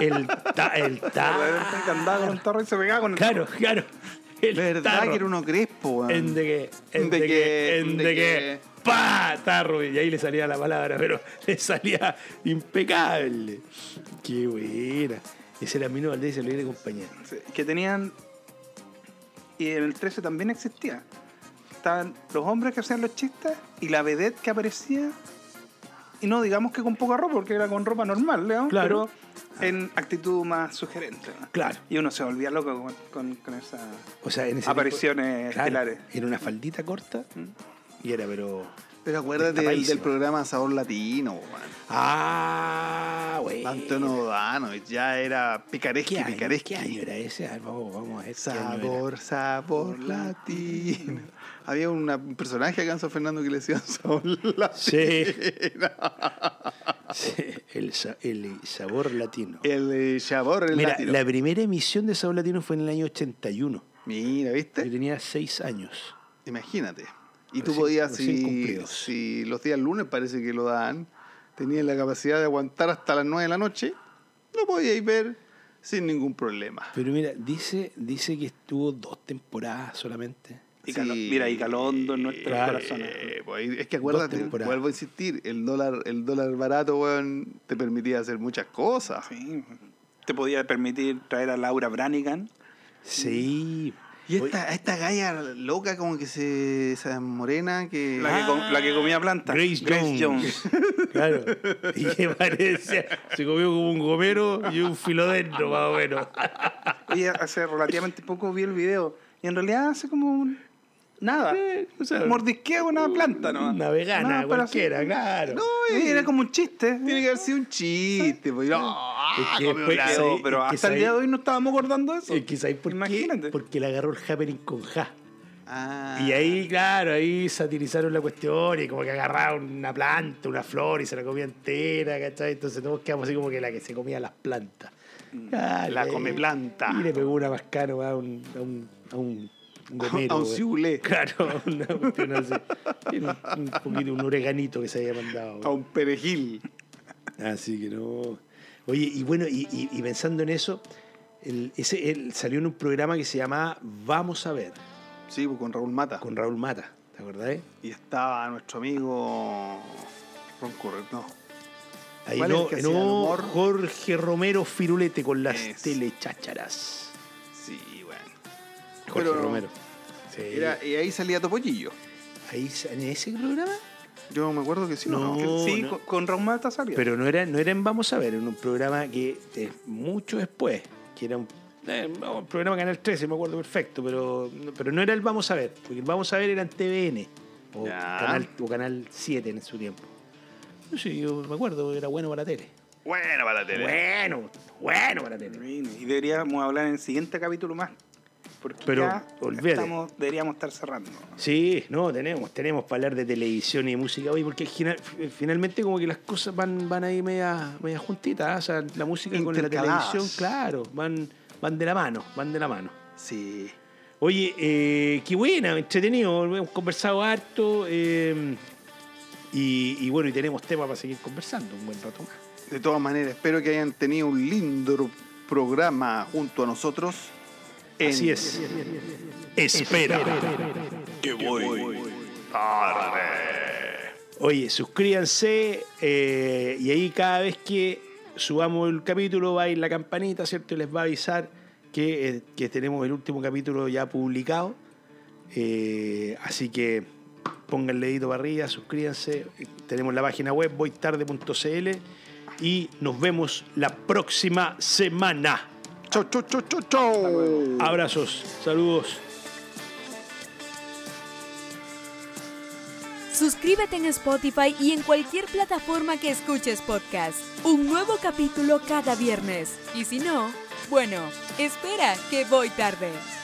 Speaker 2: El ta, el ta.
Speaker 4: Que andaba con el tarro y se pegaba con el
Speaker 2: Ah. Claro, claro. El
Speaker 3: ¿Verdad
Speaker 2: tarro.
Speaker 3: que era uno crespo? weón?
Speaker 2: En de que, en de,
Speaker 3: De
Speaker 2: que,
Speaker 3: que,
Speaker 2: en
Speaker 3: de
Speaker 2: de que.
Speaker 3: que.
Speaker 2: ¡Pa! Tarro. Y ahí le salía la palabra, pero le salía impecable. Qué buena. Ese era Mino Valdés y su alegre compañía.
Speaker 4: Sí, que tenían. Y en el 13 también existía. Estaban los hombres que hacían los chistes y la vedette que aparecía. Y no digamos que con poca ropa, porque era con ropa normal, León.
Speaker 2: Claro.
Speaker 4: Pero en actitud más sugerente. ¿no?
Speaker 2: Claro.
Speaker 4: Y uno se volvía loco con, con, con esa.
Speaker 2: O sea, en ese
Speaker 4: Apariciones
Speaker 2: tiempo- claro,
Speaker 4: estelares.
Speaker 2: Era una faldita corta y era, pero.
Speaker 3: Pero acuérdate del,
Speaker 2: Destapadísimo.
Speaker 3: del programa Sabor Latino, weón.
Speaker 2: ¡Ah! güey!
Speaker 3: Antonio Dano, ya era picaresqui,
Speaker 2: ¿Qué año,
Speaker 3: picaresqui.
Speaker 2: ¿Qué año era ese? A ver, vamos, vamos a ver. qué año era.
Speaker 3: Sabor, sabor latino. Había una- un personaje acá en San Fernando que le decían sabor latino.
Speaker 2: Sí. Sí, el, sa- el sabor latino.
Speaker 3: El eh, sabor el
Speaker 2: Mira,
Speaker 3: latino.
Speaker 2: la primera emisión de Sabor Latino fue en el año 81.
Speaker 3: Mira,
Speaker 2: Yo
Speaker 3: ¿viste?
Speaker 2: tenía seis años.
Speaker 3: Imagínate. Y tú
Speaker 2: Recién-
Speaker 3: podías,
Speaker 2: recién
Speaker 3: si,
Speaker 2: cumplidos.
Speaker 3: si los días lunes parece que lo dan, tenías la capacidad de aguantar hasta las 9 de la noche, lo podíais ver sin ningún problema.
Speaker 2: Pero mira, dice, dice que estuvo dos temporadas solamente.
Speaker 4: Y caló- mira, y Calondo en nuestros
Speaker 2: Claro.
Speaker 4: corazones.
Speaker 3: Eh, pues, es que acuérdate,
Speaker 2: temporadas.
Speaker 3: vuelvo a insistir, el dólar, el dólar barato, weón, te permitía hacer muchas cosas.
Speaker 4: Sí. Te podía permitir traer a Laura Branigan.
Speaker 2: Sí.
Speaker 3: Y esta, esta galla loca, como que se. esa morena que.
Speaker 4: La que, com-
Speaker 3: Ah.
Speaker 4: la que comía planta.
Speaker 2: Ah. Grace Jones. Claro. Y que parecía, se comió como un gomero y un filodendro, más o menos.
Speaker 4: Oye, hace relativamente poco vi el video. Y en realidad hace como un- nada.
Speaker 2: o sea, uh,
Speaker 4: Mordisquea una planta, ¿no?
Speaker 2: Una vegana,
Speaker 4: No, pero así-
Speaker 2: cualquiera, claro.
Speaker 3: No,
Speaker 4: Sí, Era como un chiste.
Speaker 3: Tiene que haber sido un chiste, pues. No, ah,
Speaker 2: que
Speaker 3: comió
Speaker 2: después-
Speaker 3: la-
Speaker 2: sí,
Speaker 4: Quedó, pero
Speaker 2: es que
Speaker 4: hasta el
Speaker 2: sabí-
Speaker 4: día de hoy no estábamos acordando de eso.
Speaker 2: Eh, quizá, ¿y por qué?
Speaker 4: Imagínate.
Speaker 2: Porque le agarró el happening con ja.
Speaker 3: Ah.
Speaker 2: Y ahí, claro, ahí satirizaron la cuestión y como que agarraban una planta, una flor y se la comía entera, ¿cachai? Entonces todos quedamos así como que la que se comía las plantas. Ah,
Speaker 4: la
Speaker 2: le-
Speaker 4: come planta.
Speaker 2: Y le pegó una mascaro a un, a un, a un gomero.
Speaker 3: A un
Speaker 2: güey.
Speaker 3: ciule,
Speaker 2: Claro, una cuestión así. Era Un, un poquito, un oreganito que se había mandado.
Speaker 3: a un perejil.
Speaker 2: Así que no. Oye, y bueno, y, y- y pensando en eso, el- ese, él salió en un programa que se llamaba Vamos a ver,
Speaker 3: Sí, pues con Raúl Mata.
Speaker 2: con Raúl Mata, ¿te acordás? eh?
Speaker 3: Y estaba nuestro amigo. Ron Curret, no.
Speaker 2: Ahí
Speaker 3: ¿Cuál es
Speaker 2: no,
Speaker 3: el que
Speaker 2: no,
Speaker 3: hacía el humor?
Speaker 2: Jorge Romero Firulete con las
Speaker 3: Es.
Speaker 2: telechácharas.
Speaker 3: Sí, bueno.
Speaker 2: Jorge
Speaker 3: Pero-
Speaker 2: Romero. Sí.
Speaker 3: Era- y ahí salía Topollillo.
Speaker 2: Ahí, sa- ¿En ese programa?
Speaker 3: Yo me acuerdo que sí. ¿o
Speaker 2: No.
Speaker 4: sí,
Speaker 2: no.
Speaker 4: con, con Raúl Mata salía.
Speaker 2: Pero no era, no era en Vamos a ver, era un programa que es mucho después, que era un, eh, un programa Canal 13, me acuerdo perfecto, pero, pero no era el Vamos a ver, porque el Vamos a ver era en TVN o,
Speaker 3: Ya.
Speaker 2: canal, o Canal 7 en su tiempo. No sé, yo me acuerdo, era bueno para la tele.
Speaker 3: Bueno, para la tele.
Speaker 2: Bueno, bueno para la tele.
Speaker 4: Y deberíamos hablar en el siguiente capítulo más. Porque
Speaker 2: Pero,
Speaker 4: ya
Speaker 2: olvídate.
Speaker 4: estamos, deberíamos estar cerrando.
Speaker 2: Sí, no, tenemos, tenemos para hablar de televisión y de música hoy, porque gina- finalmente como que las cosas van, van ahí media, media juntitas, ¿ah? o sea, la música con la
Speaker 3: Intercaladas.
Speaker 2: televisión, claro, van, van de la mano, van de la mano.
Speaker 3: Sí.
Speaker 2: Oye, eh, qué buena, entretenido. Hemos conversado harto. eh, y, y bueno, y tenemos tema para seguir conversando un buen rato más.
Speaker 3: De todas maneras, espero que hayan tenido un lindo programa junto a nosotros. en-
Speaker 2: Así es. Espera. Que voy tarde. Oye, suscríbanse eh, y ahí cada vez que subamos el capítulo va a ir la campanita, ¿cierto? Y les va a avisar que, eh, que tenemos el último capítulo ya publicado. Eh, así que pónganle dedito para arriba, suscríbanse. Tenemos la página web voytarde.cl y nos vemos la próxima semana.
Speaker 3: Chau, chau, chau, chau, chau.
Speaker 2: Abrazos, saludos.
Speaker 1: Suscríbete en Spotify y en cualquier plataforma que escuches podcast. Un nuevo capítulo cada viernes. Y si no, bueno, espera que voy tarde.